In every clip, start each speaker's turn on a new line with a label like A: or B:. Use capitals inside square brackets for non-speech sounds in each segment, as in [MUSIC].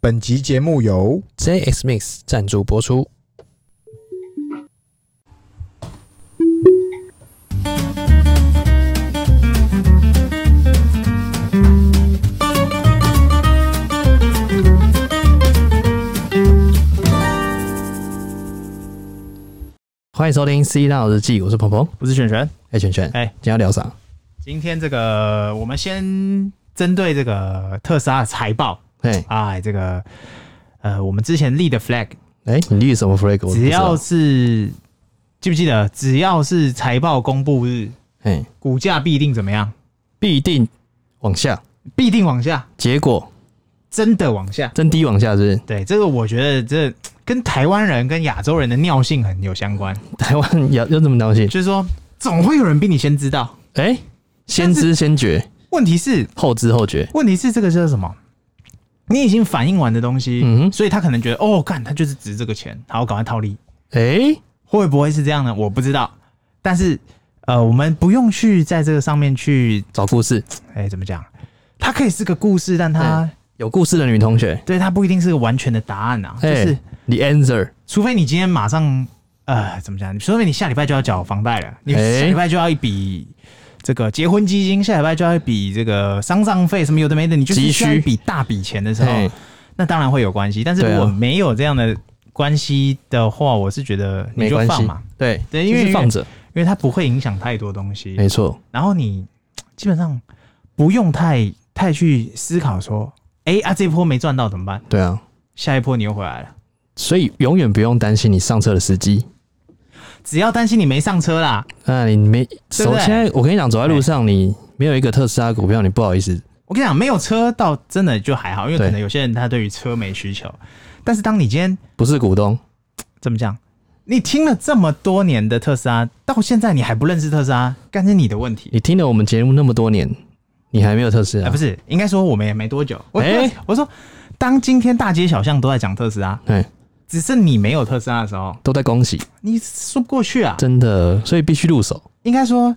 A: 本集节目由
B: JX Mix 赞助播出。欢迎收听《C 大佬日记》，我是鹏鹏，
C: 我是璇璇。
B: 哎，圈圈，
C: 哎
B: 今天要聊啥？
C: 今天这个，我们先针对这个特斯拉的财报，
B: 哎
C: 哎，这个呃，我们之前立的 flag，
B: 哎，你立什么 flag？我不知道
C: 只要是记不记得，只要是财报公布日，
B: 哎，
C: 股价必定怎么样？
B: 必定往下，
C: 必定往下，
B: 结果
C: 真的往下。
B: 真低往下，是不 [LAUGHS] 是？
C: 对，这个我觉得这跟台湾人跟亚洲人的尿性很有相关，
B: 台湾要要这么闹心？
C: 就是说总会有人比你先知道。
B: 哎、先知先觉，
C: 问题是，
B: 后知后觉。
C: 问题是这个叫什么？你已经反应完的东西，
B: 嗯哼
C: 所以他可能觉得哦，干，他就是值这个钱，好，赶快套利。
B: 哎、
C: 会不会是这样呢？我不知道，但是呃，我们不用去在这个上面去，
B: 找故事，
C: 哎、怎么讲？它可以是个故事，但它、
B: 有故事的女同学，
C: 对它不一定是个完全的答案啊。就
B: 哎、
C: 是
B: the answer，
C: 除非你今天马上呃，怎么讲？除非你下礼拜就要缴房贷了，你
B: 哎
C: 下礼拜就要一笔。这个结婚基金下礼拜就要一笔这个丧葬费什么有的没的，你就是
B: 急
C: 需
B: 需
C: 要一笔大笔钱的时候，
B: 哎、
C: 那当然会有关系。但是
B: 对啊
C: 如果没有这样的关系的话，我是觉得你
B: 没
C: 就
B: 关
C: 放
B: 系
C: 嘛，，
B: 对
C: 对因为
B: 就是放着，
C: 因为它不会影响太多东西。
B: 没错，
C: 然后你基本上不用太太去思考说，哎、啊这一波没赚到怎么办？
B: 对啊，
C: 下一波你又回来了，
B: 所以永远不用担心你上车的时机。
C: 只要担心你没上车啦，
B: 那你没
C: 对
B: 走，
C: 不对
B: 现在我跟你讲，走在路上，你没有一个特斯拉股票，你不好意思。
C: 我跟你讲，没有车倒真的就还好，因为
B: 对
C: 可能有些人他对于车没需求，但是当你今天
B: 不是股东，
C: 怎么讲？你听了这么多年的特斯拉，到现在你还不认识特斯拉，干是你的问题。
B: 你听了我们节目那么多年，你还没有特斯
C: 哎、
B: 拉
C: 不，是，应该说我们也没多久。我、
B: 啊哎
C: 我说，当今天大街小巷都在讲特斯拉，
B: 哎、
C: 只剩你没有特斯拉的时候，
B: 都在恭喜，
C: 你说不过去啊。
B: 真的，所以必须入手。
C: 应该说，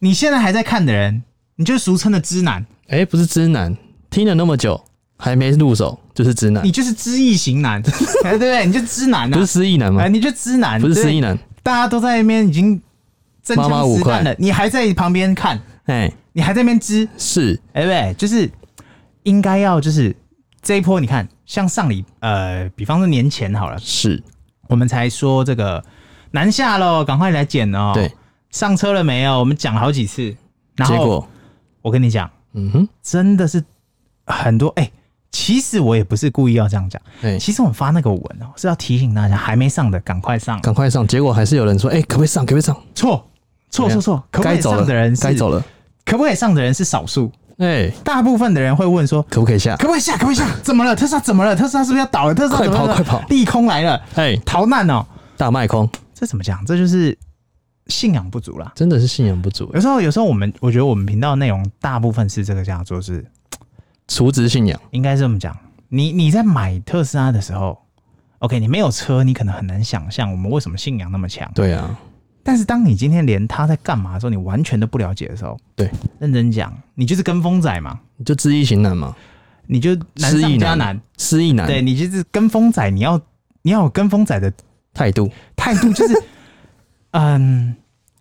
C: 你现在还在看的人，你就是俗称的知男，
B: 哎、不是直男，听了那么久还没入手，就是直男
C: 你，就是知易行难， [LAUGHS] 哎对不对？你就知男呐、
B: 不是失忆男吗
C: 哎，？你就知男，
B: 不是失
C: 对
B: 忆男，
C: 不对大家都在那边已经真
B: 妈妈
C: 枪
B: 五
C: 实弹
B: 块
C: 了，你还在旁边看，
B: 哎、
C: 你还在那边知，
B: 是
C: 哎、对，就是应该要就是这一波，你看，像上礼呃，比方说年前好了，
B: 是，
C: 我们才说这个南下喽，赶快来捡哦，
B: 对，
C: 上车了没有？我们讲好几次，然
B: 结
C: 后
B: 果，
C: 我跟你讲。
B: 嗯哼，
C: 真的是很多哎、其实我也不是故意要这样讲，
B: 哎、
C: 其实我们发那个文哦、是要提醒大家，还没上的赶快上。
B: 赶快上，结果还是有人说，哎、可不可以上？可不可以上？
C: 错错错错，可不可
B: 该
C: 以
B: 走了
C: 上的人，是
B: 该走了，
C: 可不可以上的人是少数，
B: 哎、
C: 大部分的人会问说，
B: 可不可以下？
C: 可不可以下？可不可以下？怎么了？特斯拉怎么了？特斯拉是不是要倒了？特斯拉
B: 快
C: 怎么
B: 跑
C: 了
B: 快
C: [LAUGHS]
B: 跑
C: 利空来了，
B: 哎、
C: 逃难哦、
B: 大卖空，
C: 这怎么讲？这就是信仰不足啦。
B: 真的是信仰不足，
C: 有时候，有时候我们，我觉得我们频道内容大部分是这个叫做是
B: 除职信仰，
C: 应该这么讲，你你在买特斯拉的时候，OK，你没有车，你可能很难想象我们为什么信仰那么强。
B: 对啊，
C: 但是当你今天连他在干嘛的时候，你完全都不了解的时候，
B: 对，
C: 认真讲，你就是跟风仔嘛，
B: 你就知易行难嘛，
C: 你就难
B: 失意
C: 上加
B: 男
C: 难。
B: 失意男，
C: 对你就是跟风仔，你要你要有跟风仔的
B: 态度
C: 态度，就是
B: [LAUGHS]
C: 嗯，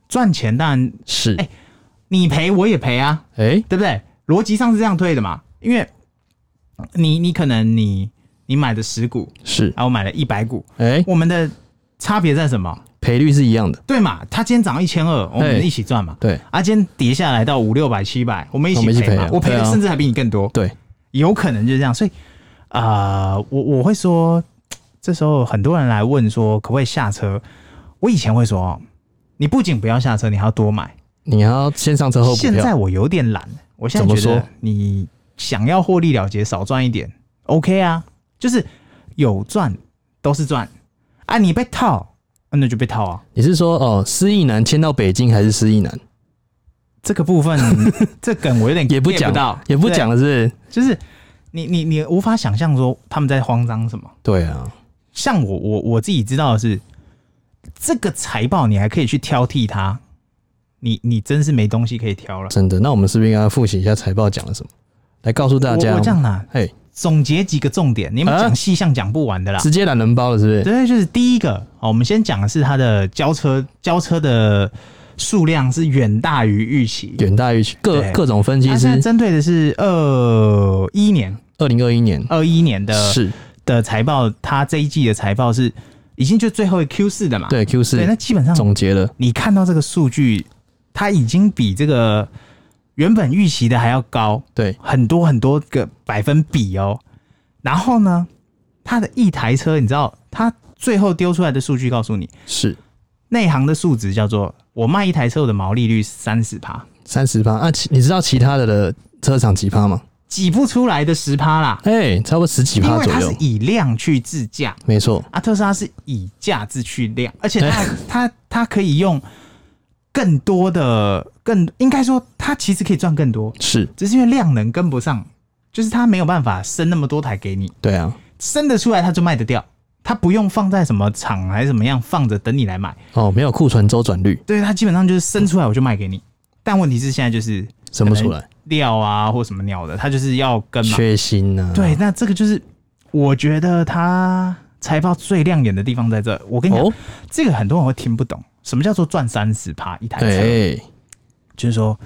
C: 赚钱当然
B: 是，哎
C: 哎、你赔我也赔啊，对不对？逻辑上是这样推的嘛，因为你你可能你你买的十股，
B: 是，
C: 啊，我买了一百股，
B: 哎、
C: 我们的差别在什么？
B: 赔率是一样的，
C: 对嘛，它今天涨到一千二，我
B: 哎
C: 们一起赚嘛。
B: 对
C: 啊，今天跌下来到五六百、七百，我们一
B: 我
C: 起
B: 们一起
C: 赔嘛
B: 赔啊。
C: 我赔
B: 对
C: 的
B: 啊
C: 甚至还比你更多，
B: 对，
C: 有可能就是这样。所以，啊，我我会说，这时候很多人来问说，可不可以下车？我以前会说，哦，你不仅不要下车，你还要多买。
B: 你要先上车后补
C: 现
B: 票，
C: 在我有点懒，我现在
B: 怎么
C: 觉得
B: 说
C: 你想要获利了结，少赚一点，OK 啊，就是有赚都是赚啊，你被套，那就被套啊。
B: 你是说哦，失意男迁到北京还是失意男？
C: 这个
B: [LAUGHS]
C: 部分，这梗我有点
B: 也不
C: get
B: 讲
C: 到，
B: 也不讲了，是不是？
C: 对，就是你你你无法想象说他们在慌张什么。
B: 对啊，
C: 像我我我自己知道的是，这个财报你还可以去挑剔它，你你真是没东西可以挑了。
B: 真的。那我们是不是应该复习一下财报讲了什么，来告诉大
C: 我
B: 家？
C: 我这样啦，
B: 嘿，
C: 总结几个重点，你们
B: 啊
C: 讲细项讲不完的啦。
B: 直接懒人包了，是不是？
C: 对，就是第一个哦，我们先讲的是它的交车交车的数量是远大于预期。
B: 远大于各
C: 对
B: 各种分析
C: 它现在
B: 师，
C: 针对的是二一年
B: 二零二一年
C: 二一年的
B: 是
C: 的财报，它这一季的财报是已经就最后一 Q 四的嘛？
B: 对 Q
C: 对，那
B: 四
C: 基本上
B: 总结了，
C: 你看到这个数据，它已经比这个原本预期的还要高
B: 对，
C: 很多很多个百分比哦。然后呢，它的一台车，你知道，它最后丢出来的数据告诉你，
B: 是
C: 内行的数值叫做我卖一台车，我的毛利率三十趴，
B: 三十趴啊。其你知道其他的的车厂几趴吗？
C: 挤不出来的十趴啦，
B: 哎、差不多十几
C: 因
B: 趴
C: 为
B: 左
C: 它是
B: 右，
C: 以量去自驾。
B: 没错，
C: 啊，特斯拉是以价值去量，而且它 [LAUGHS] 它它可以用更多的更，应该说它其实可以赚更多，
B: 是
C: 只是因为量能跟不上，就是它没有办法生那么多台给你，
B: 对啊。
C: 生得出来它就卖得掉，它不用放在什么厂还是怎么样放着等你来买，
B: 哦，没有库存周转率，
C: 对它基本上就是生出来我就卖给你，但问题是现在就是
B: 生不出来，
C: 料啊或什么鸟的，它就是要跟嘛，
B: 缺芯啊。
C: 对，，那这个就是我觉得它财报最亮眼的地方在这，我跟你讲。
B: 哦，
C: 这个很多人会听不懂，什么叫做赚三十趴一
B: 哎
C: 台车？
B: 对，
C: 就是说，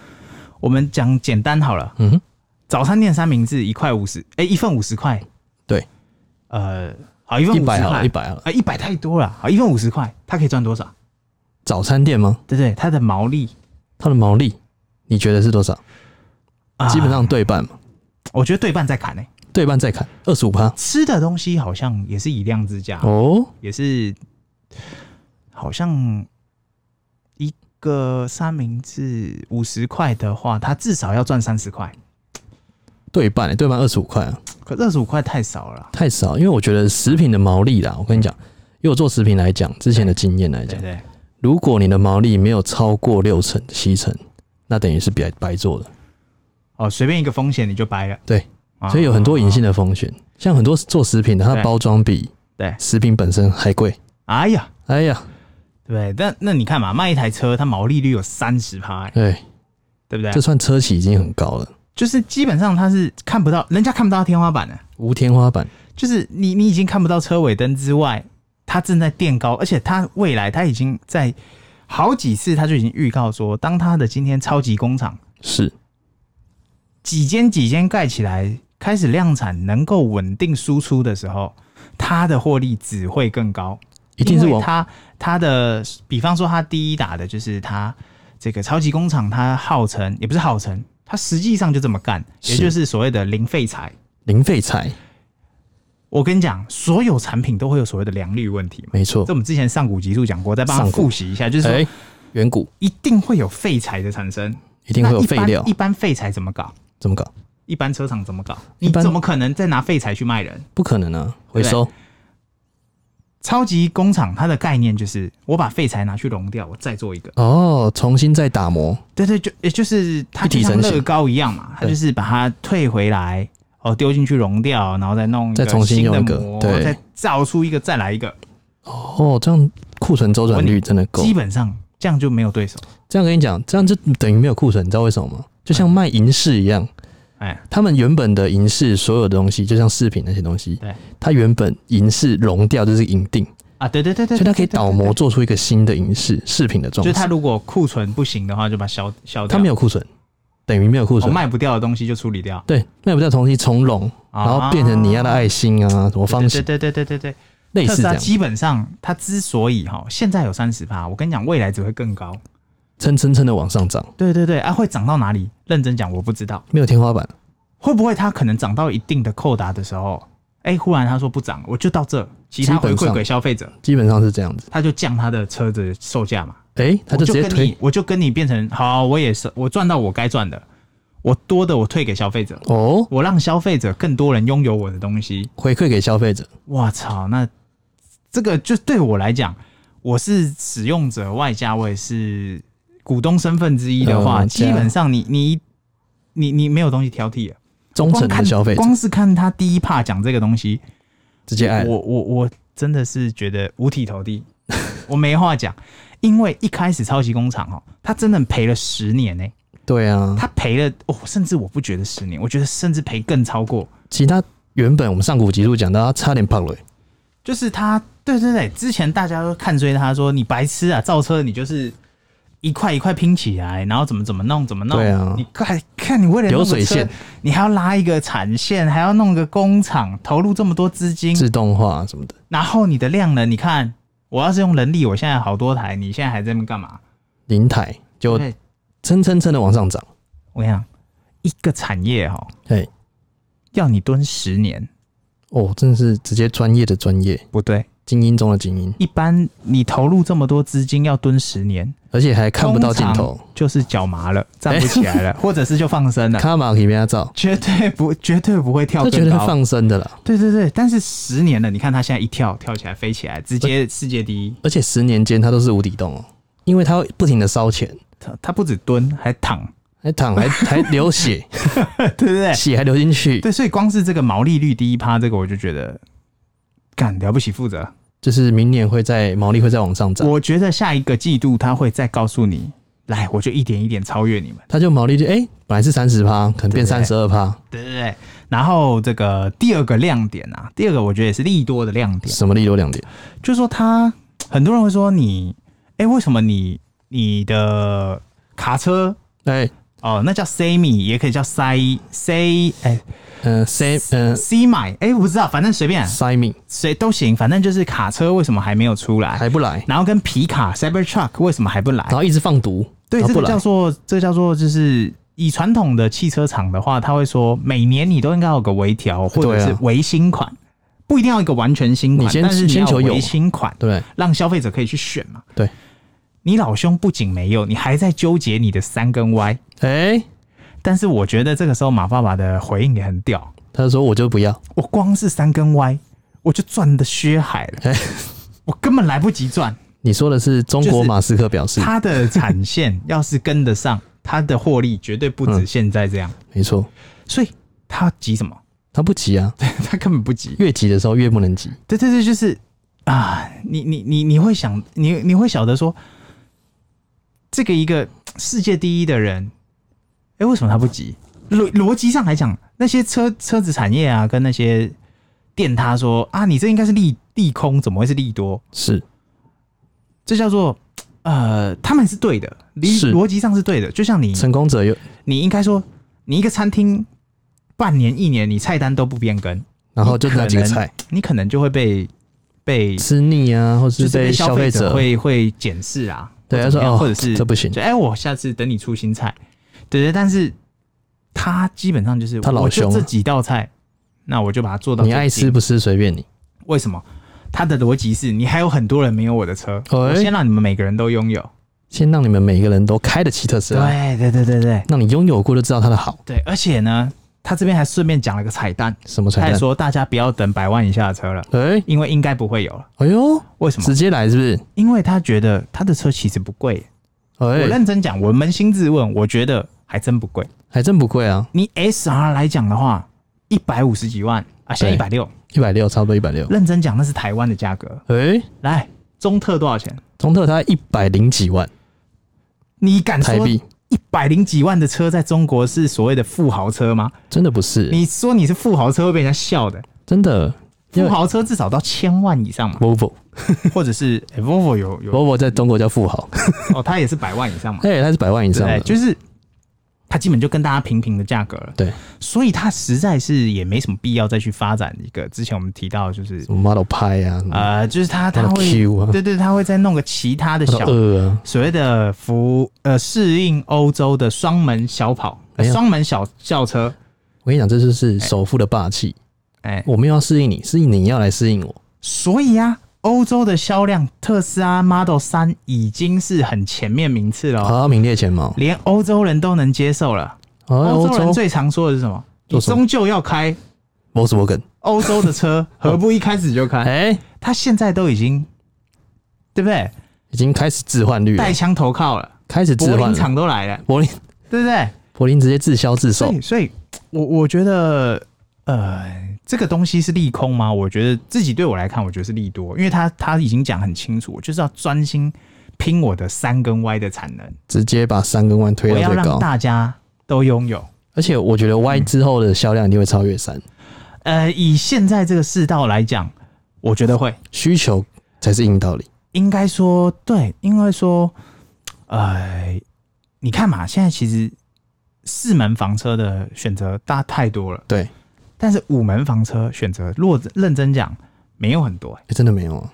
C: 我们讲简单好了，
B: 嗯哼，
C: 早餐店三明治一块五十，哎，一份五十块，
B: 对，
C: 呃，好，一份
B: 一
C: 五
B: 百
C: 十
B: 好了，
C: 块
B: 一，百好了。
C: 啊，一百太多了，好，一份五十块，它可以赚多少？
B: 早餐店吗？
C: 对不对？它的毛利
B: 它的毛利，你觉得是多少？
C: 啊
B: 基本，上对半嘛，
C: 我觉得对半在砍诶、哎
B: 对半再砍，二十五趴。
C: 吃的东西好像也是以量之价，
B: 哦，
C: 也是好像一个三明治五十块的话，它至少要赚三十块。
B: 对半、欸，对半二十五块啊，
C: 可二十五块太少了啦。
B: 太少。因为我觉得食品的毛利啦，我跟你讲，以我做食品来讲，之前的经验来
C: 对
B: 讲，
C: 对，
B: 如果你的毛利没有超过六成、七成，那等于是白白做的。
C: 哦，随便一个风险你就掰了。
B: 对
C: 啊，
B: 所以有很多隐性的风险，像很多做食品的，它
C: 对
B: 的包装比
C: 对
B: 食品本身还贵。
C: 哎呀，
B: 哎呀，
C: 对，但那你看嘛，卖一台车，它毛利率有三十趴，欸
B: 对，
C: 对不
B: 这
C: 对？
B: 算车企已经很高了，
C: 就是基本上它是看不到，人家看不到天花板的，
B: 无天花板。
C: 就是你你已经看不到车尾灯之外，它正在垫高，而且它未来它已经在好几次它就已经预告说，当它的今天超级工厂
B: 是，
C: 几间几间盖起来，开始量产，能够稳定输出的时候，它的获利只会更高。
B: 一定是
C: 因为
B: 往
C: 它它的，比方说它第一打的就是它这个超级工厂，它号称也不是号称，它实际上就这么干，也
B: 是
C: 就是所谓的零废材。
B: 零废材，
C: 我跟你讲，所有产品都会有所谓的良率问题嘛。
B: 没错
C: 这。我们之前上古集数讲过，再帮他
B: 上古
C: 复习一下，就是说
B: 哎，远古
C: 一定会有废材的产生，
B: 一
C: 一
B: 定会有废料
C: 一，般废材怎么搞？
B: 怎么搞？
C: 一般车厂怎么搞？
B: 一
C: 你
B: 般
C: 怎么可能再拿废材去卖人？
B: 不可能啊，回收。
C: 超级工厂它的概念就是，我把废材拿去熔掉，我再做一个。
B: 哦，重新再打磨，
C: 对对，就也就是它
B: 一体
C: 就像
B: 成型
C: 乐高一样嘛，它
B: 对
C: 就是把它退回来，哦，丢进去熔掉，然后再弄一个
B: 再重新
C: 新的
B: 用一个
C: 模，
B: 对
C: 再造出一个，再来一个。
B: 哦，这样库存周转率真的够
C: 基。本上这样就没有对手。
B: 这样跟你讲，这样就等于没有库存，你知道为什么吗？就像卖银饰一样，
C: 哎，
B: 他们原本的银饰所有的东西，就像饰品那些东西，
C: 对
B: 它原本银饰熔掉就是银锭，
C: 啊，对对对对，
B: 所以它可以
C: 对对
B: 倒
C: 对
B: 模
C: 对
B: 做出一个新的银饰饰品的状
C: 就是
B: 态。
C: 它如果库存不行的话，就把它消消掉。
B: 它没
C: 有
B: 有库存，等于没有库
C: 哦、
B: 存。
C: 卖不掉的东西就处理掉，
B: 对，卖不掉的东西从容，
C: 啊
B: 然后变成你要的爱心啊，什么方
C: 对
B: 形，
C: 对对对对对
B: 类
C: 对。特
B: 似
C: 斯
B: 这
C: 拉
B: 样，
C: 基本上它之所以哈现在有三十趴，我跟你讲，未来只会更高。
B: 蹭蹭蹭的往上涨，
C: 对对对，啊，会涨到哪里？认真讲，我不知道。
B: 没有天花板。
C: 会不会它可能涨到一定的扣打的时候，哎、忽然他说不涨，我就到这，其他
B: 基本
C: 回
B: 上
C: 馈给消费者，
B: 基本上是这样子。
C: 他就降他的车子售价嘛，
B: 哎、他就直接
C: 我就跟
B: 推
C: 你，我就跟你变成好，我也是，我赚到我该赚的，我多的我退给消费者，
B: 哦，
C: 我让消费者更多人拥有我的东西。
B: 回馈给消费者，
C: 我操，那这个就对我来讲，我是使用者外加我也是股东身份之一的话，
B: 嗯这
C: 基
B: 样
C: 本上你你你你没有东西挑剔了。
B: 忠
C: 光
B: 诚的
C: 看
B: 消费者
C: 光是看他第一趴讲这个东西，
B: 直接爱了。
C: 我我我真的是觉得五体投地，我没话讲。因为一开始超级工厂哦，他真的赔了十年欸呢、
B: 对啊，
C: 他赔了哦，甚至我不觉得十年，我觉得甚至赔更超过。
B: 其他原本我们上古集数讲到他差点胖了、
C: 嗯就是他，对对对，之前大家都看追他说你白痴啊，造车你就是一块一块拼起来，然后怎么怎么弄怎么弄，
B: 对啊
C: 你看看你为了弄个
B: 流水
C: 车
B: 线，
C: 你还要拉一个产线，还要弄个工厂，投入这么多资金，
B: 自动化什么的，
C: 然后你的量呢？你看我要是用人力，我现在好多台，你现在还在那边干嘛？
B: 零台就
C: 对
B: 蹭蹭蹭的往上涨。
C: 我跟你讲，一个产业哦，
B: 嘿，
C: 要你蹲十年
B: 哦，真的是直接专业的专业，
C: 不对，
B: 精英中的精英，
C: 一般你投入这么多资金要蹲十年，
B: 而且还看不到尽头
C: 通。常就是脚麻了，站不起来
B: [LAUGHS]
C: 了，或者是就放生了。
B: 卡玛里面他照，
C: 绝对不，绝对不会跳
B: 这绝
C: 更
B: 对
C: 高。
B: 放生的啦。
C: 对对对，但是十年了，你看他现在一跳，跳起来，飞起来，直接世界第一。
B: 而且十年间他都是无底洞哦，因为他会不停的烧钱，
C: 他他不止蹲，还躺， [LAUGHS]
B: 还躺还还流血，
C: 对不对？
B: 血还流进去，
C: 对，所以光是这个毛利率第一趴，这个我就觉得，干了不起负责。
B: 就是明年会在毛利会再往上涨，
C: 我觉得下一个季度他会再告诉你，来，我就一点一点超越你们，
B: 他就毛利就哎、本来是三十趴，可能
C: 对
B: 变三十二趴，
C: 对对对。然后这个第二个亮点啊，第二个我觉得也是利多的亮点，
B: 什么利多两点？
C: 就是说他很多人会说你，哎、为什么你你的卡车
B: 哎、
C: 哦，那叫 semi，也可以叫 si si，哎
B: 嗯 s a 嗯
C: ，si 买，哎，我不知道，反正随便
B: Simon
C: 谁都行，反正就是卡车为什么还没有出来，
B: 还不来，
C: 然后跟皮卡 Cybertruck 为什么还不来
B: 然？后一直放毒，
C: 哎对，
B: 然
C: 这
B: 啊后不
C: 个
B: 来啊
C: 叫，做这个叫做就是以传统的汽车厂的话，他会说每年你都应该有个微调或者
B: 对啊
C: 是维新款，不一定要一个完全新款
B: 你，先
C: 但是你
B: 先
C: 要
B: 求有
C: 维新款，
B: 对不
C: 让消费者可以去选嘛。
B: 对？
C: 你老兄不仅没有，你还在纠结你的三跟 Y。
B: 对，哎、
C: 但是我觉得这个时候马爸爸的回应也很屌，
B: 他就说我就不要，
C: 我光是三根 Y，我就赚的血海了，
B: [LAUGHS] 哎、
C: 我根本来不及赚。
B: 你说的是中
C: 就
B: 国
C: 是
B: 马斯克表示，
C: 它的产线要是跟得上，它的获利绝对不止现在这样，
B: 没错，
C: 嗯所以他急 [LAUGHS] 什么？
B: 他不急啊，
C: 他根本不急。
B: 越急的时候越不能急，
C: 对对对，就是啊，你你你你会想，你你会晓得说，这个一个世界第一的人，哎、为什么他不急？逻逻辑上来讲，那些车车子产业啊，跟那些电他说啊，你这应该是利利空，怎么会是利多？
B: 是
C: 这叫做呃，他们是对的，理
B: 是
C: 逻辑上是对的。就像你，
B: 成功者有，
C: 你应该说，你一个餐厅半年一年，你菜单都不变更，
B: 然后就那几个
C: 你可能
B: 菜。
C: 你可能就会被被
B: 吃腻啊，或
C: 就是是被
B: 被消
C: 消
B: 费
C: 费
B: 者
C: 者会会检视啊，
B: 对
C: 或者怎么样
B: 他说哦
C: 或者是
B: 这不行
C: 就哎，我下次等你出新菜，对对，但是他基本上就是
B: 他老
C: 我就
B: 兄啊
C: 这几道菜，那我就把它做到
B: 你爱
C: 最精
B: 吃不吃随便你，
C: 为什么？他的逻辑是你还有很多人没有我的车，
B: 哎
C: 我先让你们每个人都拥有。
B: 先让你们每个人都开得起特斯拉，
C: 对对对对对
B: 让你拥有过就知道它的好。
C: 对，而且呢，他这边还顺便讲了个彩蛋，
B: 什么
C: 他
B: 彩
C: 也
B: 蛋？
C: 说大家不要等百万以下的车了，
B: 哎、
C: 因为应该不会有了。
B: 哎呦，
C: 为什么？
B: 直接来是不是？
C: 因为他觉得他的车其实不贵。我
B: 哎、
C: 认真讲，我扪心自问，我觉得还真不贵。
B: 还真不贵啊，
C: 你 SR 来讲的话，一百五十几万啊，现在一百六。
B: 一百六，差不多一百六。
C: 认真讲，那是台湾的价格。
B: 哎，
C: 来，中特多少钱？
B: 中特它一百零几万
C: 你敢
B: 台
C: 说
B: 币，
C: 一百零几万的车在中国是所谓的富豪车吗？
B: 真的不是，
C: 你说你是富豪车会被人家笑的。
B: 真的。因
C: 富
B: 为
C: 豪车至少到千万以上嘛，
B: Volvo
C: 或者是、欸、Volvo 有有
B: Volvo 在中国叫富豪，
C: 哦，它也是百万以上嘛，
B: 哎、它是百万以
C: 对
B: 上
C: 不对？
B: 的，
C: 就是它基本就跟大家平平的价格了，
B: 对，
C: 所以它实在是也没什么必要再去发展一个之前我们提到的就是
B: 什么 Model 派啊，什么
C: 呃，就是它它
B: Model
C: 会
B: Q 啊
C: 对对，它会再弄个其他的
B: Model
C: 小
B: 二啊，
C: 所谓的服呃适应欧洲的双门小跑、呃
B: 没有
C: 双门小轿车，
B: 我跟你讲，这就是首富的霸气。
C: 哎、
B: 我没有要适应你，是你要来适应我。
C: 所以啊。欧洲的销量，特斯拉 Model 三已经是很前面名次了、哦。
B: 好，名列前茅。
C: 连欧洲人都能接受了。
B: 好
C: 欧洲
B: 哎洲
C: 哦人最常说的是什么？你
B: 做什么
C: 终究要开
B: v o l s w a g e n
C: 欧洲的车， [LAUGHS] 何不一开始就开？
B: 哎、
C: 他现在都已经，对不对？
B: 已经开始置换率了
C: 带，枪投靠了，
B: 开始置
C: 柏
B: 换
C: 林
B: 了。
C: 厂都来了，
B: 柏林，
C: 对不对？
B: 柏林直接自销自
C: 所
B: 售
C: 以，，所以我我觉得，呃，这个东西是利空吗？我觉得自己对我来看，我觉得是利多，因为他他已经讲很清楚，我就是要专心拼我的三跟 Y 的产能，
B: 直接把三跟 Y 推
C: 我
B: 到
C: 要
B: 最
C: 让嗯
B: 高。
C: 大家都拥有。
B: 而且我觉得 Y 之后的销量一定会超越三，
C: 呃，以现在这个世道来讲，我觉得会，
B: 需求才是硬道理。
C: 应该说对，因为说，呃，你看嘛，现在其实四门房车的选择大太多了，
B: 对，
C: 但是五门房车选择，如果认真讲，没有很多、欸。
B: 欸真的没有啊，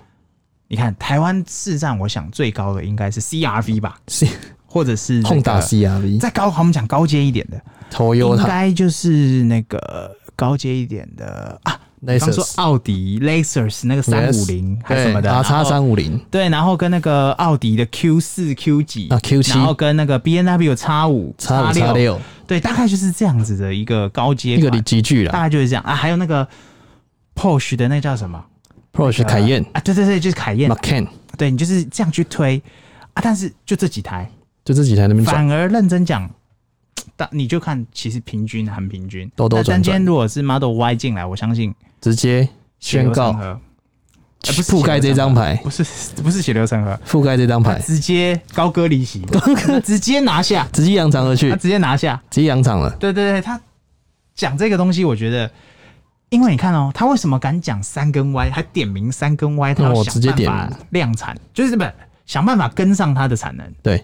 C: 你看台湾市占，我想最高的应该是 CRV 吧，
B: 是
C: 或者是那个
B: Honda CRV、
C: 再高，好我们讲高阶一点的，应
B: Toyota、
C: 该就是那个高阶一点的啊，比方说
B: Lexus、
C: 奥迪 Lexus 那个三五零还什么的
B: ，R
C: 然
B: 啊叉
C: 后
B: 三五零，
C: 对，然后跟那个奥迪的 Q 四 Q 几
B: 啊，Q7
C: 然后跟那个 B N W 叉五
B: 叉五叉，六，
C: 对，大概就是这样子的一个高阶
B: 一个
C: 款
B: 集聚
C: 大
B: 啦
C: 概就是这样啊，还有那个 Porsche 的那叫什么？呃
B: ，Porsche 凯宴、
C: 啊，对对对，就是凯宴
B: Macan，
C: 对你就是这样去推啊，但是就这几台，
B: 就这几台那边转，
C: 反而认真讲，但你就看其实平均很平均，
B: 兜兜
C: 那
B: 转
C: 但今天
B: 转
C: 如果是 Model Y 进来，我相信
B: 直接
C: 血流
B: 宣告
C: 成河哎不是
B: 覆盖这张牌，
C: 不是不是血流成河，
B: 覆盖这张牌， [LAUGHS]
C: 直接高歌离席，直接拿下，
B: 直接扬长而去
C: 他，直接拿下。
B: 直接扬长了。
C: 对对对，他讲这个东西，我觉得，因为你看哦，他为什么敢讲三根 Y，还点名三根 Y，他要
B: 哦
C: 想
B: 直接
C: 办
B: 点
C: 法
B: 名
C: 量产，就是不想办法跟上它的产能。
B: 对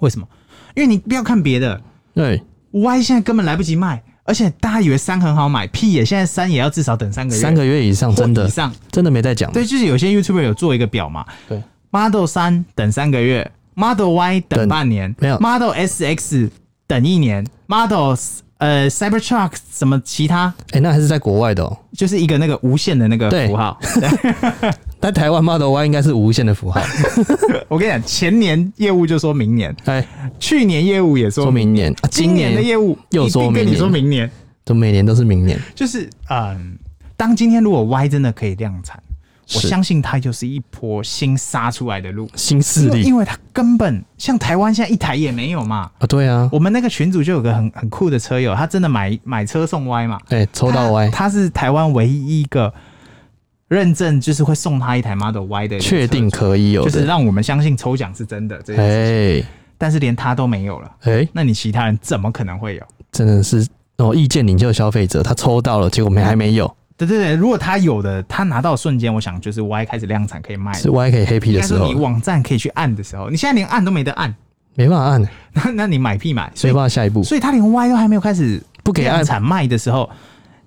C: 为什么？因为你不要看别的
B: 对，
C: Y，现在根本来不及卖，而且大家以为三很好买，屁耶！现在三也要至少等三个月，
B: 三个月以上，真
C: 或以
B: 的
C: 上。
B: 真的没在讲。
C: 对，就是有些 YouTuber 有做一个表嘛，
B: 对
C: ，Model 三等三个月，Model Y 等
B: 等
C: 半年，
B: 没有
C: Model S X 等一年，Model 呃 Cybertruck 什么其他，
B: 哎，那还是在国外的哦。
C: 就是一个那个无限的那个
B: 对
C: 符号。 [LAUGHS]
B: 但台湾 Model Y 应该是无限
C: [LAUGHS]
B: 的符号。
C: 我跟你讲，前年业务就说明年，
B: 哎，
C: 去年业务也说
B: 说明年，啊
C: 今年的业务
B: 又
C: 一定
B: 说
C: 跟你
B: 明
C: 说明年，
B: 都每年都是明年，
C: 就是嗯，当今天如果 Y 真的可以量产，我
B: 是
C: 相信它就是一波新杀出来的路。
B: 新势
C: 因为
B: 力
C: 因为它根本像台湾现在一台也没有嘛，
B: 啊，对啊，
C: 我们那个群组就有个很很酷的车友，他真的买买车送 Y 嘛，
B: 哎，抽到 Y，
C: 他他是台湾唯一一个认证，就是会送他一台 Model Y 的一个车主，
B: 确定可以有
C: 就是
B: 的。
C: 让我们相信抽奖是真的这件事情，
B: 哎
C: 但是连他都没有了，
B: 哎，
C: 那你其他人怎么可能会有？
B: 真的是哦，意见领袖消费者，他抽到了，结果没还没有，
C: 对对对，如果他有的，他拿到的瞬间，我想就是 Y 开始量产可以卖了
B: 是 Y 可以 happy
C: 哎应
B: 的
C: 该
B: 时
C: 说
B: 候
C: 你，网站可以去按的时候，你现在连按都没得按， [LAUGHS]
B: 没办法按，
C: 那那你买屁买？所
B: 没
C: 以
B: 办法下一步，
C: 所以他连 Y 都还没有开始
B: 不给
C: 量
B: 按，
C: 产卖的时候，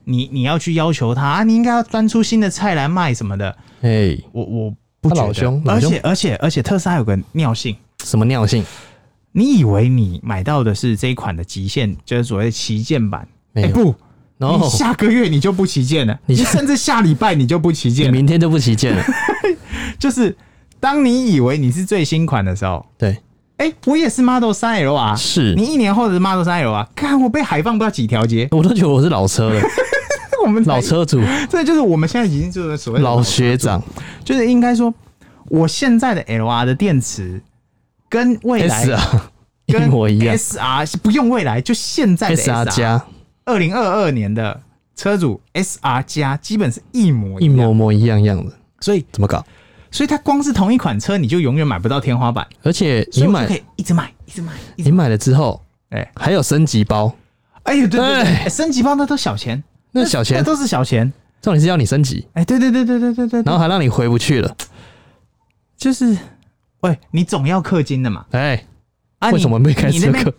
C: 你你要去要求他啊，你应该要端出新的菜来卖什么的。
B: 哎，
C: 我我不觉
B: 他
C: 得，
B: 老兄
C: 而
B: 老兄
C: 且而且而且特斯拉有个尿性，
B: 什么尿性？
C: 你以为你买到的是这一款的极限，就是所谓的旗舰版？
B: 没有
C: 哎不，
B: 然后
C: 你下个月你就不旗舰了，你
B: 你
C: 甚至下礼拜你就不旗
B: 你
C: 舰了。
B: 明天就不旗舰了，
C: [LAUGHS] 就是当你以为你是最新款的时候，
B: 对，
C: 哎、我也是 Model 3 L 啊，
B: 是
C: 你，一年后的 Model 3 L 啊，看我被海放不知道几条街， [LAUGHS]
B: 我都觉得我是老车了，
C: 我们才
B: 老，车主，
C: 这就是我们现在已经就是所谓的
B: 老
C: 车
B: 学长
C: 就是应该说，我现在的 L R 的电池跟未来
B: ，S 啊，一
C: 跟
B: 模一样
C: S 啊 R 不用未来，就现在的啊
B: ，S R 加
C: 二零二二年的车主 S R 加基本是一模
B: 一
C: 样
B: 模，模一样样的，
C: 所以
B: 怎么搞？
C: 所以它光是同一款车，你就永远买不到天花板，
B: 而且
C: 所
B: 你
C: 以我
B: 买
C: 就可以一直买，一直买，一直
B: 你
C: 买。
B: 买了之后
C: 哎
B: 还有升级包，
C: 哎呦，对对对，
B: 哎
C: 哎升级包那都小钱，
B: 那小钱
C: 那都是小钱。
B: 重点是要你升级，
C: 哎，对对对对对对对，
B: 然后还让你回不
C: [LAUGHS]
B: 去了。
C: 就是，喂，你总要氪金的嘛。
B: 哎，
C: 啊，
B: 为
C: 你
B: 什么没开
C: 你那
B: 车
C: 边
B: 课？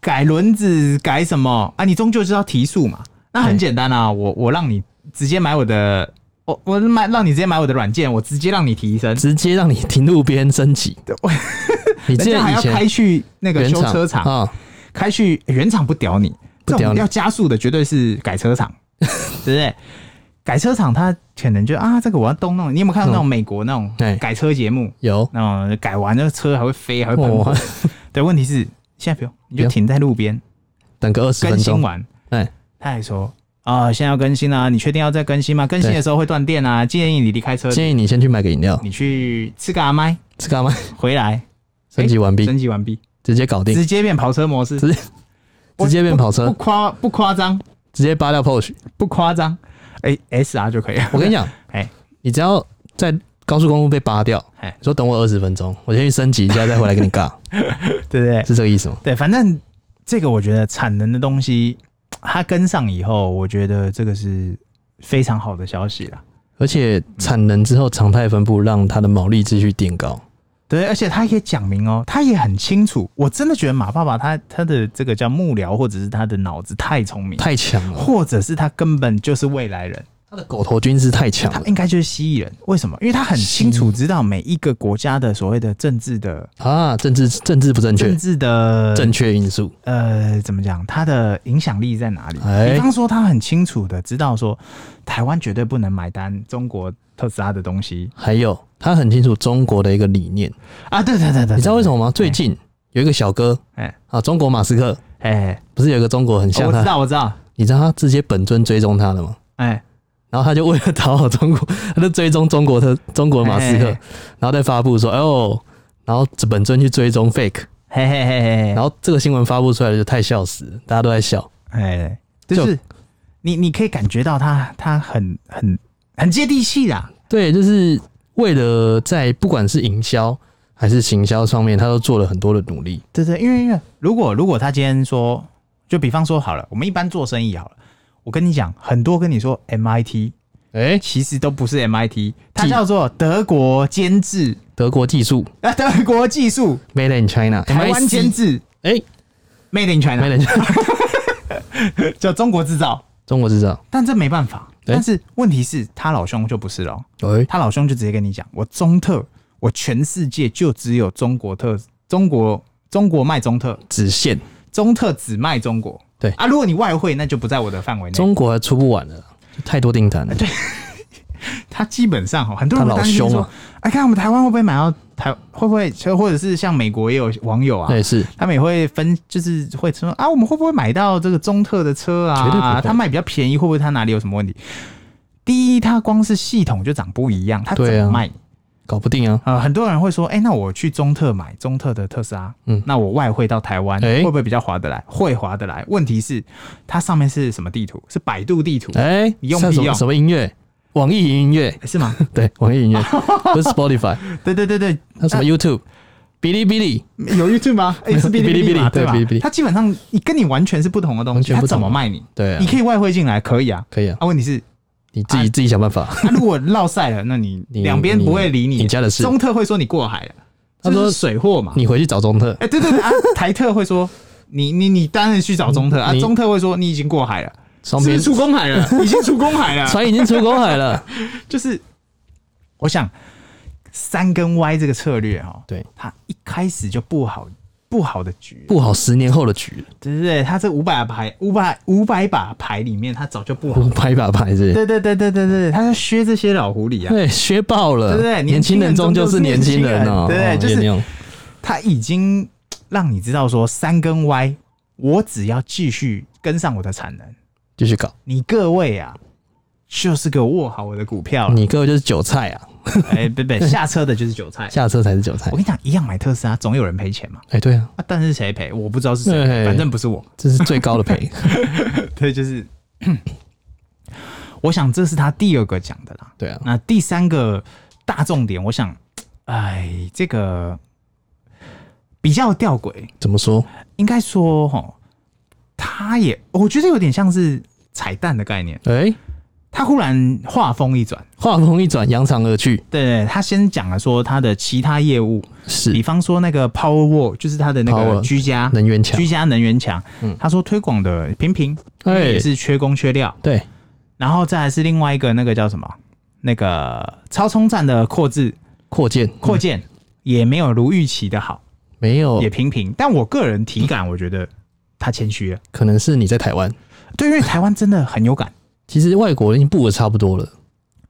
C: 改轮子改什么啊？你终究是要提速嘛。那很
B: 对
C: 简单啊，我我让你直接买我的，我我买让你直接买我的软件，我直接让你提升。
B: 直接让你停路边
C: [LAUGHS]
B: 升级。 [LAUGHS] 你
C: 人
B: 记得
C: 家还
B: 以
C: 要
B: 前
C: 开去那个
B: 原
C: 修
B: 厂
C: 车厂，
B: 啊，
C: 开去欸原厂不屌你，
B: 不
C: 这
B: 屌
C: 种
B: 你
C: 要加速的绝对是改车
B: [LAUGHS]
C: 厂，对不对？改车厂他可能就啊，这个我要动弄。你有没有看到那种美国那种
B: 嗯对
C: 改车节目？
B: 有哦
C: 那种改完那个车还会飞，还会喷火
B: 我。
C: 对，问题是现在不用，你
B: 不
C: 就
B: 用
C: 停在路边
B: [LAUGHS] 等个二十
C: 更
B: 分
C: 新
B: 钟，
C: 完，
B: 哎，
C: 他还说啊、现在要更新啦、你确定要再更新吗？更新的时候会断电啊，建议你离开车，
B: 建议你先去买个饮料，
C: 你去吃个阿麦，
B: 吃干嘛？
C: 回来
B: 升级完毕，
C: 升级完毕，
B: 直接搞定，
C: 直接变跑车模式，
B: 直
C: 我
B: 直接变跑
C: 不
B: 车，
C: 夸不夸张，
B: 直接扒掉 Porsche。
C: 不夸张，哎、s R 就可以了。
B: 我跟你讲，
C: 哎
B: 你只要在高速公路被扒掉，
C: 哎，
B: 你说等我二十分钟，我先去升级一下，再回来跟
C: [LAUGHS]
B: 你尬，
C: 对不对？
B: 是这个意思吗？
C: 对，反正这个我觉得产能的东西，它跟上以后，我觉得这个是非常好的消息啦。
B: 而且产能之后常态分布让它的毛利继续垫高。
C: 对，而且他也讲明哦，他也很清楚。我真的觉得马爸爸他他的这个叫幕僚，或者是他的脑子太聪明，
B: 太强了，
C: 或者是他根本就是未来人，
B: 他的狗头军师太嗯强
C: 他
B: 了，
C: 应该就是蜥蜴人。为什么？因为他很清楚知道每一个国家的所谓的政治的
B: 啊！政治政治不正
C: 哎政
B: 确，
C: 治的
B: 正确因素
C: 呃，怎么讲？它的影响力在哪里？
B: 哎
C: 比方说，他很清楚的知道说，台湾绝对不能买单中国特斯拉的东西
B: 还有他很清楚中国的一个理念，
C: 啊！对对对对，
B: 你知道为什么吗？
C: 对
B: 最近有一个小哥
C: 哎
B: 啊，中国马斯克
C: 哎、
B: 不是有一个中国很
C: 哦
B: 像
C: 我知
B: 他，
C: 道，我知道，
B: 你知道他直接本尊追踪他的吗？
C: 哎、
B: 然后他就为了讨好中国， [LAUGHS] 他就追踪中国特中国马斯克
C: 哎哎，
B: 然后再发布说，哎呦，然后本尊去追踪 fake，
C: 嘿嘿嘿嘿，
B: 然后这个新闻发布出来就太笑死了，大家都在笑。
C: 哎，就是你你可以感觉到他他很很很接地气啦，
B: 对，就是为了在不管是营销还是行销上面，他都做了很多的努力。
C: 对对，因为因为如果如果他今天说，就比方说好了，我们一般做生意好了，我跟你讲，很多跟你说 MIT
B: 哎、
C: 其实都不是 MIT，它叫做德国监制。
B: 德国技术
C: 啊，德国技术，
B: Made in China，
C: 台湾哎
B: MIC
C: 监制
B: 哎、
C: ，Made in
B: m a
C: China，
B: d e in China，
C: 叫中国制造。
B: 中国制造。
C: 但这没办法。
B: 哎
C: 但是问题是，他老兄就不是了，
B: 哎、
C: 他老兄就直接跟你讲，我中特，我全世界就只有中国特，中国中国卖中特，
B: 只限
C: 中特只卖中国。
B: 对
C: 啊，如果你外汇，那就不在我的范围内。
B: 中国还出不完了，太多订
C: 哎
B: 单了。对，
C: 他基本上哈，很多人
B: 他
C: 会
B: 老
C: 担心
B: 兄
C: 说
B: 啊，
C: 哎、看我们台湾会不会买到台，会不会，或者是像美国也有网友啊，
B: 那也是
C: 他们也会分，就是会说啊，我们会不会买到这个中特的车
B: 绝对不
C: 啊？
B: 会
C: 他卖比较便宜，会不会他哪里有什么问题？第一，它光是系统就长不一样，它怎
B: 对
C: 么
B: 啊
C: 卖？
B: 搞不定啊。
C: 呃，很多人会说，哎、那我去中特买中特的特斯拉，
B: 嗯
C: 那我外汇到台湾、
B: 哎
C: 会不会比较划得来？会划得来。问题是它上面是什么地图？是百度地图、
B: 哎、
C: 你用
B: 像
C: 屁
B: 什么
C: 用
B: 什么音乐？网易云音乐，
C: 是吗？ [LAUGHS]
B: 对，网易云音乐不是 Spotify，
C: 对对对对，
B: 那什么 YouTube、哔哩哔哩，
C: 有 YouTube
B: [LAUGHS]
C: 吗？哎、是哔哩哔哩嘛
B: 哔哩哔哩对
C: 吧
B: 哔哩哔哩？
C: 它基本上你跟你完全是不同的东
B: 完
C: 西，
B: 全
C: 它
B: 不
C: 怎
B: 同
C: 么卖你？
B: 对啊
C: 你，可以外汇进来，可以啊。
B: 可以啊，
C: 啊，问题是
B: 你自己、自己想办法。 [LAUGHS]
C: 啊、如果落赛了，那你
B: 你
C: 两边不会理你。
B: 你家的事
C: 中特会说你过海了，
B: 他说
C: 这是水货嘛。
B: 你回去找中特，
C: 哎、对对对啊，台特会说你你你当然去找中特啊，
B: 你
C: 中特会说你已经过海了，
B: 双
C: 是不
B: 边
C: 是出公海
B: [LAUGHS]
C: 了，已经出公海了。
B: 船已经出公海了。
C: 就是我想三跟 Y 这个策略哦，
B: 对，
C: 它一开始就不好不好的局，
B: 不好，十年后的局，
C: 对对对，它这五百牌五百五百把牌里面，它早就不好。
B: 我拍把牌是不是，
C: 对对对对对对，它要削这些老狐狸啊。
B: 对，削爆了，
C: 对不对
B: 年轻人终究是年轻人哦，
C: 对不对
B: 哦
C: 就是
B: 原谅
C: 他已经让你知道说三跟 Y，我只要继续跟上我的产能，
B: 继续搞，
C: 你各位啊，就是给我握好我的股票
B: [LAUGHS]
C: 了。
B: 你各位就是韭菜啊，
C: 哎，不不，下车的就是韭菜。
B: 下车才是韭菜
C: 我。跟你讲，一样买特斯拉，总有人赔钱嘛。
B: 哎，对啊，
C: 啊，但是谁赔，我不知道是谁赔，
B: 对
C: 反正不是我。
B: 这是最高
C: [LAUGHS]
B: 的赔，
C: 对，就是， [COUGHS] 我想这是他第二个讲的啦。
B: 对啊，
C: 那第三个大重点，我想，哎，这个比较吊诡，
B: 怎么说？
C: 应该说哈，他也我觉得有点像是彩蛋的概念。
B: 哎，
C: 他忽然话锋一转，
B: 话锋一转，扬长而去，
C: 对他先讲了说他的其他业务，比啊
B: 是
C: 方说那个 Power Wall，就是他的那个
B: Power
C: 居家
B: 能源强
C: 居，家能源墙，
B: 嗯
C: 他说推广的平平，因为
B: 哎
C: 也，是缺工缺料，
B: 对，
C: 然后再来是另外一个那个叫什么那个超充站的扩置
B: 扩建，
C: 扩
B: 嗯
C: 建、也没有如预期的好，
B: 没有
C: 也，平平，但我个人体感我觉得他谦虚了，
B: 可能是你在台湾，
C: 对，因为台湾真的很有感。
B: 其实外国已经布的差不多了，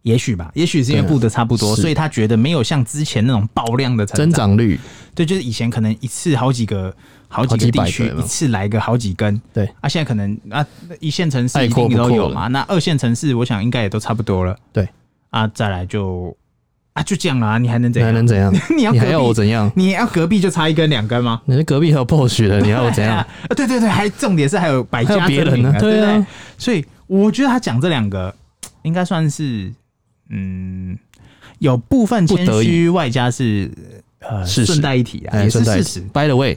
C: 也许吧，也许是因为
B: 对啊
C: 布的差不多，
B: 是
C: 所以他觉得没有像之前那种爆量的成
B: 增
C: 长。
B: 长率，
C: 对，就是以前可能一次好几个、好
B: 好
C: 几
B: 几
C: 个
B: 百
C: 地区
B: 个有没
C: 一
B: 有
C: 次来个好几根。
B: 对
C: 啊，现在可能啊一线城市
B: 爱
C: 一
B: 扩
C: 定
B: 不
C: 都
B: 扩
C: 有
B: 了
C: 嘛，那二线城市我想应该也都差不多了。
B: 对
C: 啊，再来就啊就这样啦、你还能怎
B: 那
C: 样？
B: 能怎样？
C: [LAUGHS] 你要
B: 你还要
C: 隔
B: 我
C: 壁，
B: 怎样？
C: 你要隔壁就差一根两根吗？
B: 你的隔壁还有 BOSS 的，你还要我怎样
C: 啊？？对对对，还重点是还有百
B: 还
C: 家
B: 有别
C: 争
B: 人
C: 鸣
B: 呢
C: 对不
B: 对啊
C: 对？所以我觉得他讲这两个应该算是嗯，有部分谦
B: 不得
C: 虚，外加是呃
B: 事实
C: 顺带一提啊，[LAUGHS]
B: 哎
C: 也是
B: 顺带
C: 事
B: 一
C: 实，
B: By the way，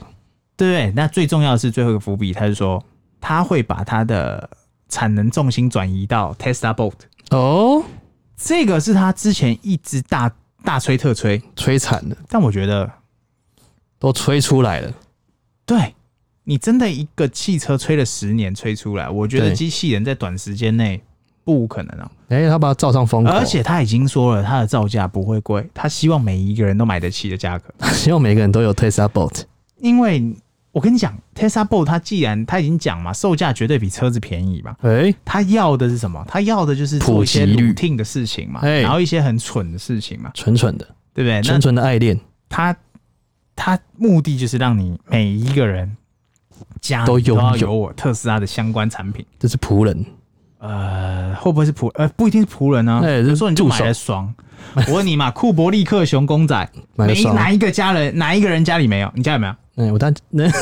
C: 对不对？那最重要的是最后一个伏笔，他是说他会把他的产能重心转移到 Tesla Bot，
B: 哦，
C: 这个是他之前一直大大吹特吹，
B: 摧残了，
C: 但我觉得
B: 都吹出来了。
C: 对你真的一个汽车吹了十年吹出来，我觉得
B: 对
C: 机器人在短时间内不可能啊！
B: 哎、他把它罩上风口，
C: 而且他已经说了，他的造价不会贵，他希望每一个人都买得起的价格。
B: [LAUGHS] 希望每个人都有 Tesla Bot。
C: 因为我跟你讲，Tesla Bot 它既然它已经讲嘛，售价绝对比车子便宜嘛，
B: 哎、
C: 它要的是什么？它要的就是做一些
B: 普及率
C: routine 的事情嘛，
B: 哎
C: 然后一些很蠢的事情嘛，
B: 蠢蠢的，
C: 对不对？哎那
B: 蠢蠢的爱恋
C: 它它目的就是让你每一个人家里
B: 都拥有
C: 要有我特斯拉的相关产品。
B: 这是仆人，
C: 呃，会不会是仆？呃，不一定是仆人啊。
B: 哎
C: 比如说你就
B: 助
C: 买
B: 手
C: 了双，我问你嘛， [LAUGHS] 库伯利克熊公仔，
B: 买了
C: 没
B: 双。
C: 哪一个家人，哪一个人家里没有？你家有没 [LAUGHS] 有？
B: 哎、我但那、
C: 哎，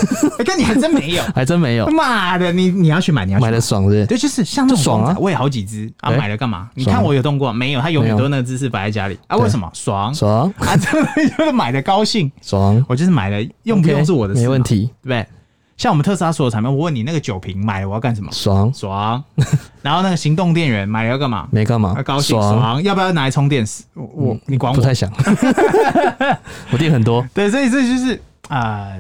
C: 但你还真没有。
B: [LAUGHS] 还真没有，
C: 妈的，你你要去 [LAUGHS] 买，你要去
B: 买的爽是不是？
C: 对，就是像那
B: 就
C: 种
B: 爽啊
C: 公仔我也好几只啊，
B: 哎
C: 买了干嘛？你
B: 爽
C: 看我有动过没有？他永远
B: 没有
C: 都那个姿势摆在家里啊？
B: 对
C: 为什么？爽
B: 爽
C: [LAUGHS] 啊！真的就是买的高兴，
B: 爽，
C: 我就是买了，用 [LAUGHS] 不
B: OK，
C: 用是我的事，啊
B: 没问，题，
C: 对不对？像我们特斯拉所有产品，我问你那个酒瓶买了我要干什么？
B: 爽 [LAUGHS]
C: 爽。然后那个行动电源买了要干嘛？
B: 没干嘛
C: 要，啊高兴
B: 爽，嗯
C: 爽，要不要拿来充电？是我我你管
B: 不
C: 我？
B: 太
C: [LAUGHS]
B: 想，我店很多，
C: 对，所以这就是啊，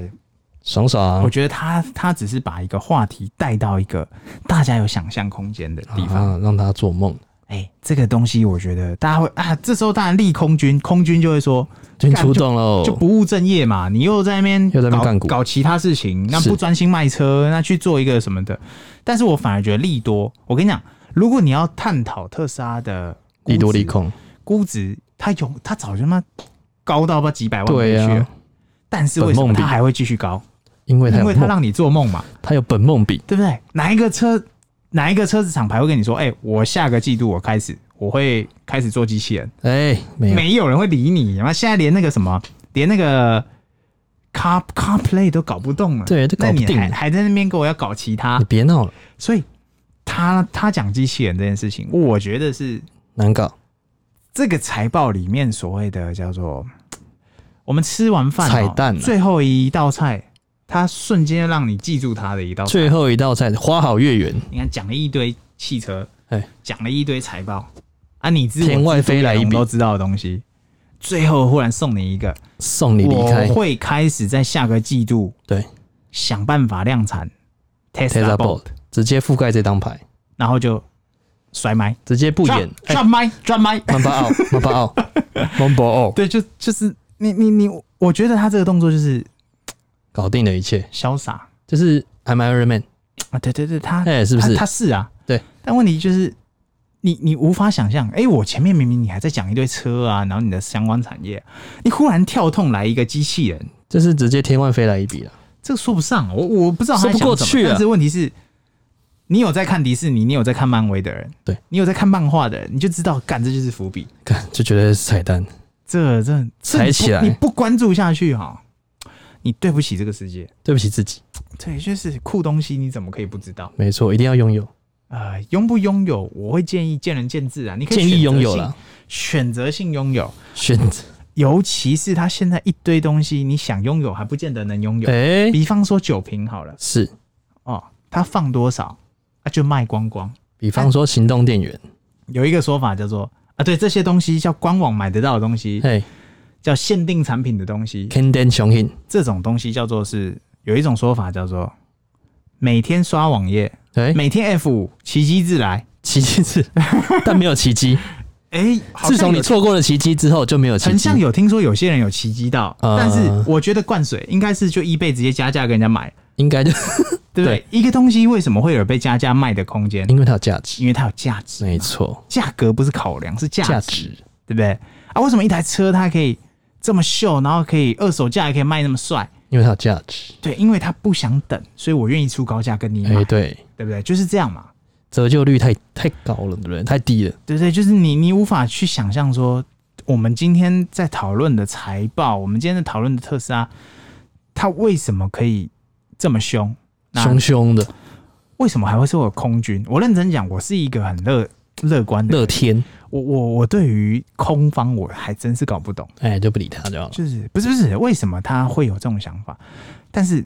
B: 爽啊
C: 我
B: 爽
C: 觉得他他只是把一个话题带到一个大家有想象空间的地方。
B: 啊，让他做梦，
C: 哎、这个东西我觉得大家会啊，这时候当然立空军，空军就会说
B: 军
C: 干
B: 出动喽
C: 就，不务正业嘛，你又在那边
B: 哦又在那边
C: 搞
B: 干股
C: 搞其他事情，那
B: 是
C: 不专心卖车，那去做一个什么的。但是我反而觉得利多，我跟你讲，如果你要探讨特斯拉的估值
B: 利多利空，
C: 估值，它有它早就他妈高到不知道几百万
B: 对
C: 倍
B: 啊
C: 去了，但是为什
B: 本
C: 么
B: 梦比
C: 它还会继续高？
B: 因为他
C: 因
B: 有
C: 为它
B: 梦，
C: 让你做梦嘛，
B: 他有本梦比，
C: 对不对？哪一个车哪一个车子厂牌会跟你说，哎、我下个季度我开始我会开始做机器人？
B: 哎、没有，
C: 没有人会理你。然后现在连那个什么，连那个 Car CarPlay 都搞不动了，
B: 对都搞
C: 那
B: 不
C: 你
B: 定
C: 还
B: 了嗯
C: 还在那边给我要搞其他
B: 你，别闹了，
C: 所以他他讲机器人这件事情，我觉得是
B: 难搞，
C: 这个财报里面所谓的叫做我们吃完饭哦
B: 彩蛋啊
C: 最后一道菜，它瞬间让你记住它的一道菜。
B: 最后一道菜花好月圆，
C: 你看讲了一堆汽车
B: 哎，
C: 讲了一堆财报啊，你知我
B: 天外飞来一
C: 我们
B: 笔
C: 都，知道的东西，最后忽然送你一个。
B: 送你离开
C: 我，会开始在下个季度
B: 对
C: 想办法量产 Tesla Bot，
B: ，Tesla Bot 直接覆盖这张牌，
C: 然后就甩麦，
B: 直接不演，哎、
C: 转麦，转麦。
B: 曼巴奥，曼巴
C: [LAUGHS]
B: 奥，曼巴奥，
C: 对，就就是你你你，我觉得他这个动作就是
B: 搞定了一切，
C: 潇洒
B: 就是 I'm Iron Man，
C: 啊，对对对，他
B: 哎、是不是
C: 他？他是啊，
B: 对。
C: 但问题就是，你你无法想象，哎、我前面明明你还在讲一堆车啊，然后你的相关产业，你忽然跳痛来一个机器人，
B: 就是直接天外飞来一笔了。
C: 这个说不上，我我不知道他在
B: 说不过
C: 想什么
B: 去啊
C: 但是问题是，你有在看迪士尼，你有在看漫威的人，
B: 对
C: 你有在看漫画的人，你就知道，干这就是伏笔，
B: 看就觉得是彩蛋，
C: 这这这
B: 踩
C: 你不
B: 起来
C: 你不关注下去哈、你对不起这个世界。
B: 对不起自己，
C: 对，就是酷东西，你怎么可以不知道？
B: 没错，一定要拥有，
C: 呃，拥不拥有，我会建议见仁见智啊。你可以
B: 建议拥有
C: 了
B: 啦，，
C: 选择性拥有，
B: 选择，
C: 尤其是他现在一堆东西，你想拥有还不见得能拥有。
B: 哎、
C: 比方说酒瓶好了，
B: 是，
C: 哦，他放多少，啊就卖光光。
B: 比方说行动电
C: 啊
B: 源，
C: 有一个说法叫做啊，对，这些东西叫官网买得到的东西，
B: 哎
C: 叫限定产品的东西，
B: ，Can Dan 雄鹰，
C: 这种东西叫做是有一种说法叫做每天刷网页，
B: 哎，
C: 每天 F 五奇迹自来。
B: 奇迹是， [LAUGHS] 但没有奇迹，
C: 哎、
B: 自从你错过了奇迹之后就没有奇
C: 很
B: 迹
C: 像，有听说有些人有奇迹到，
B: 呃
C: 但是我觉得灌水应该是就 eBay 直接加价跟人家买，
B: 应该就 [LAUGHS]？
C: 对不对？一个东西为什么会有被加价卖的空间
B: 因为它有价值，
C: 因为它有价值，
B: 没错，
C: 价格不是考量，是价值
B: 价值，
C: 对不对？啊，为什么一台车它可以这么秀，然后可以二手价也可以卖那么帅？
B: 因为它有价值，
C: 对，因为他不想等，所以我愿意出高价跟你
B: 哎、
C: 买，
B: 对，
C: 对不对？就是这样嘛，
B: 折旧率太太高了，对不对？太低了，
C: 对不对？就是你你无法去想象说，我们今天在讨论的财报，我们今天在讨论的特斯拉，它为什么可以这么凶？那
B: 凶凶的，
C: 为什么还会是我空军？我认真讲，我是一个很乐乐观的人，
B: 乐天，
C: 我我我对于空方我还真是搞不懂。
B: 哎、就不理他就好了，
C: 就是不是不是，为什么他会有这种想法？但是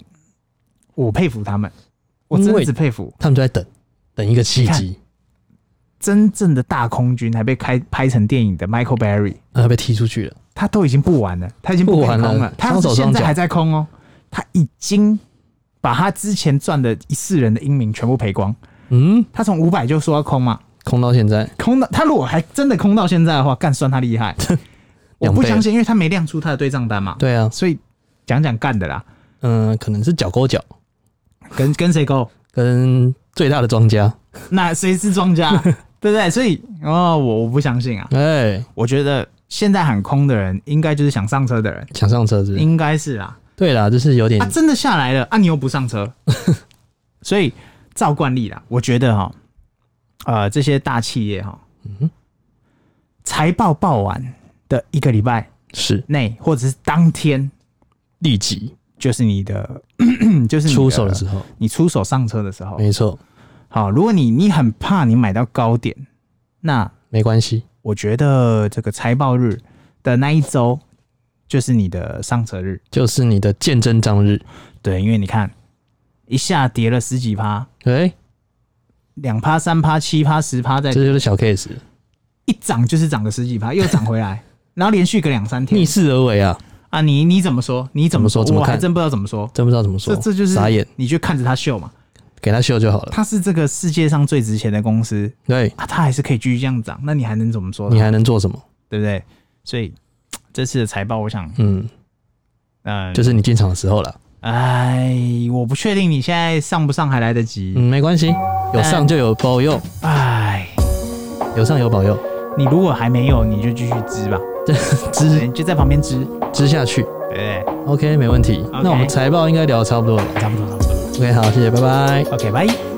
C: 我佩服他们，我真
B: 因
C: 的
B: 为
C: 只佩服。
B: 他们就在等等一个契
C: 你看
B: 机，
C: 真正的大空军，还被开拍成电影的 Michael Berry，
B: 啊，被踢出去了。
C: 他都已经不玩了，他已经
B: 不
C: 敢
B: 玩
C: 空
B: 了
C: 了，他
B: 双手
C: 现
B: 双
C: 在
B: 脚
C: 还在空哦，他已经把他之前赚的一世人的英名全部赔光。
B: 嗯，
C: 他从五百就说要空嘛，
B: 空到现在，
C: 空到他如果还真的空到现在的话，干算他厉害。我
B: [LAUGHS] 两倍
C: 不
B: 了
C: 相信，因为他没亮出他的对账单嘛。
B: 对啊，
C: 所以讲讲干的啦，
B: 嗯、可能是脚勾脚
C: 跟跟谁勾？
B: 跟最大的庄家，
C: 那谁是庄
B: [LAUGHS]
C: 家？对不对？所以哦，我我不相信啊。
B: 哎、
C: 我觉得现在喊空的人，应该就是想上车的人，
B: 想上车是不是
C: 应该是啦。
B: 对啦，就是有点
C: 啊，真的下来了，啊，你又不上
B: [LAUGHS]
C: 车，所以照惯例啦，我觉得哈，呃，这些大企业哈，
B: 嗯
C: 财报报完的一个礼拜
B: 是
C: 内，或者是当天，
B: 立即
C: 就是你的， [CLEARS THROAT] 就是你
B: 出手的时
C: 候，
B: 候，
C: 你出手上车的时候。
B: 没错，
C: 好，如果你你很怕你买到高点，那
B: 没关系，
C: 我觉得这个财报日的那一周就是你的上车日，
B: 就是你的见证章日。
C: 对，因为你看一下跌了十几趴，
B: 哎、
C: 两趴、三趴、七趴、十趴，再
B: 这就是小 case，
C: 一涨就是涨个十几趴，又涨回
B: [LAUGHS]
C: 来，然后连续个两三
B: 逆
C: 天
B: 势而为啊，
C: 啊！你你怎么说？你怎么说？
B: 怎么说怎么
C: 我还
B: 看
C: 真不知道怎么说。
B: 真不知道怎么说，
C: 这这就是
B: 傻眼，呃
C: 你去看着它秀嘛，
B: 给他秀就好了。
C: 它是这个世界上最值钱的公司
B: 对
C: 啊，它还是可以继续这样涨，那你还能怎么说它？
B: 你还能做什么？
C: 对不对？所以这次的财报，我想，
B: 嗯，
C: 呃，
B: 就是你进场的时候了。
C: 哎，我不确定你现在上不上还来得及。
B: 嗯，没关系，有上就有保佑，
C: 哎、
B: 有上有保佑，
C: 你如果还没有，你就继续支吧，
B: [LAUGHS] 支
C: 对就在旁边支，
B: 支下去
C: 对不对？
B: ，OK，没问题。那我们财报应该聊得差不多了
C: 差不多，差不多。
B: ，OK，好，谢谢，拜拜。
C: OK，拜。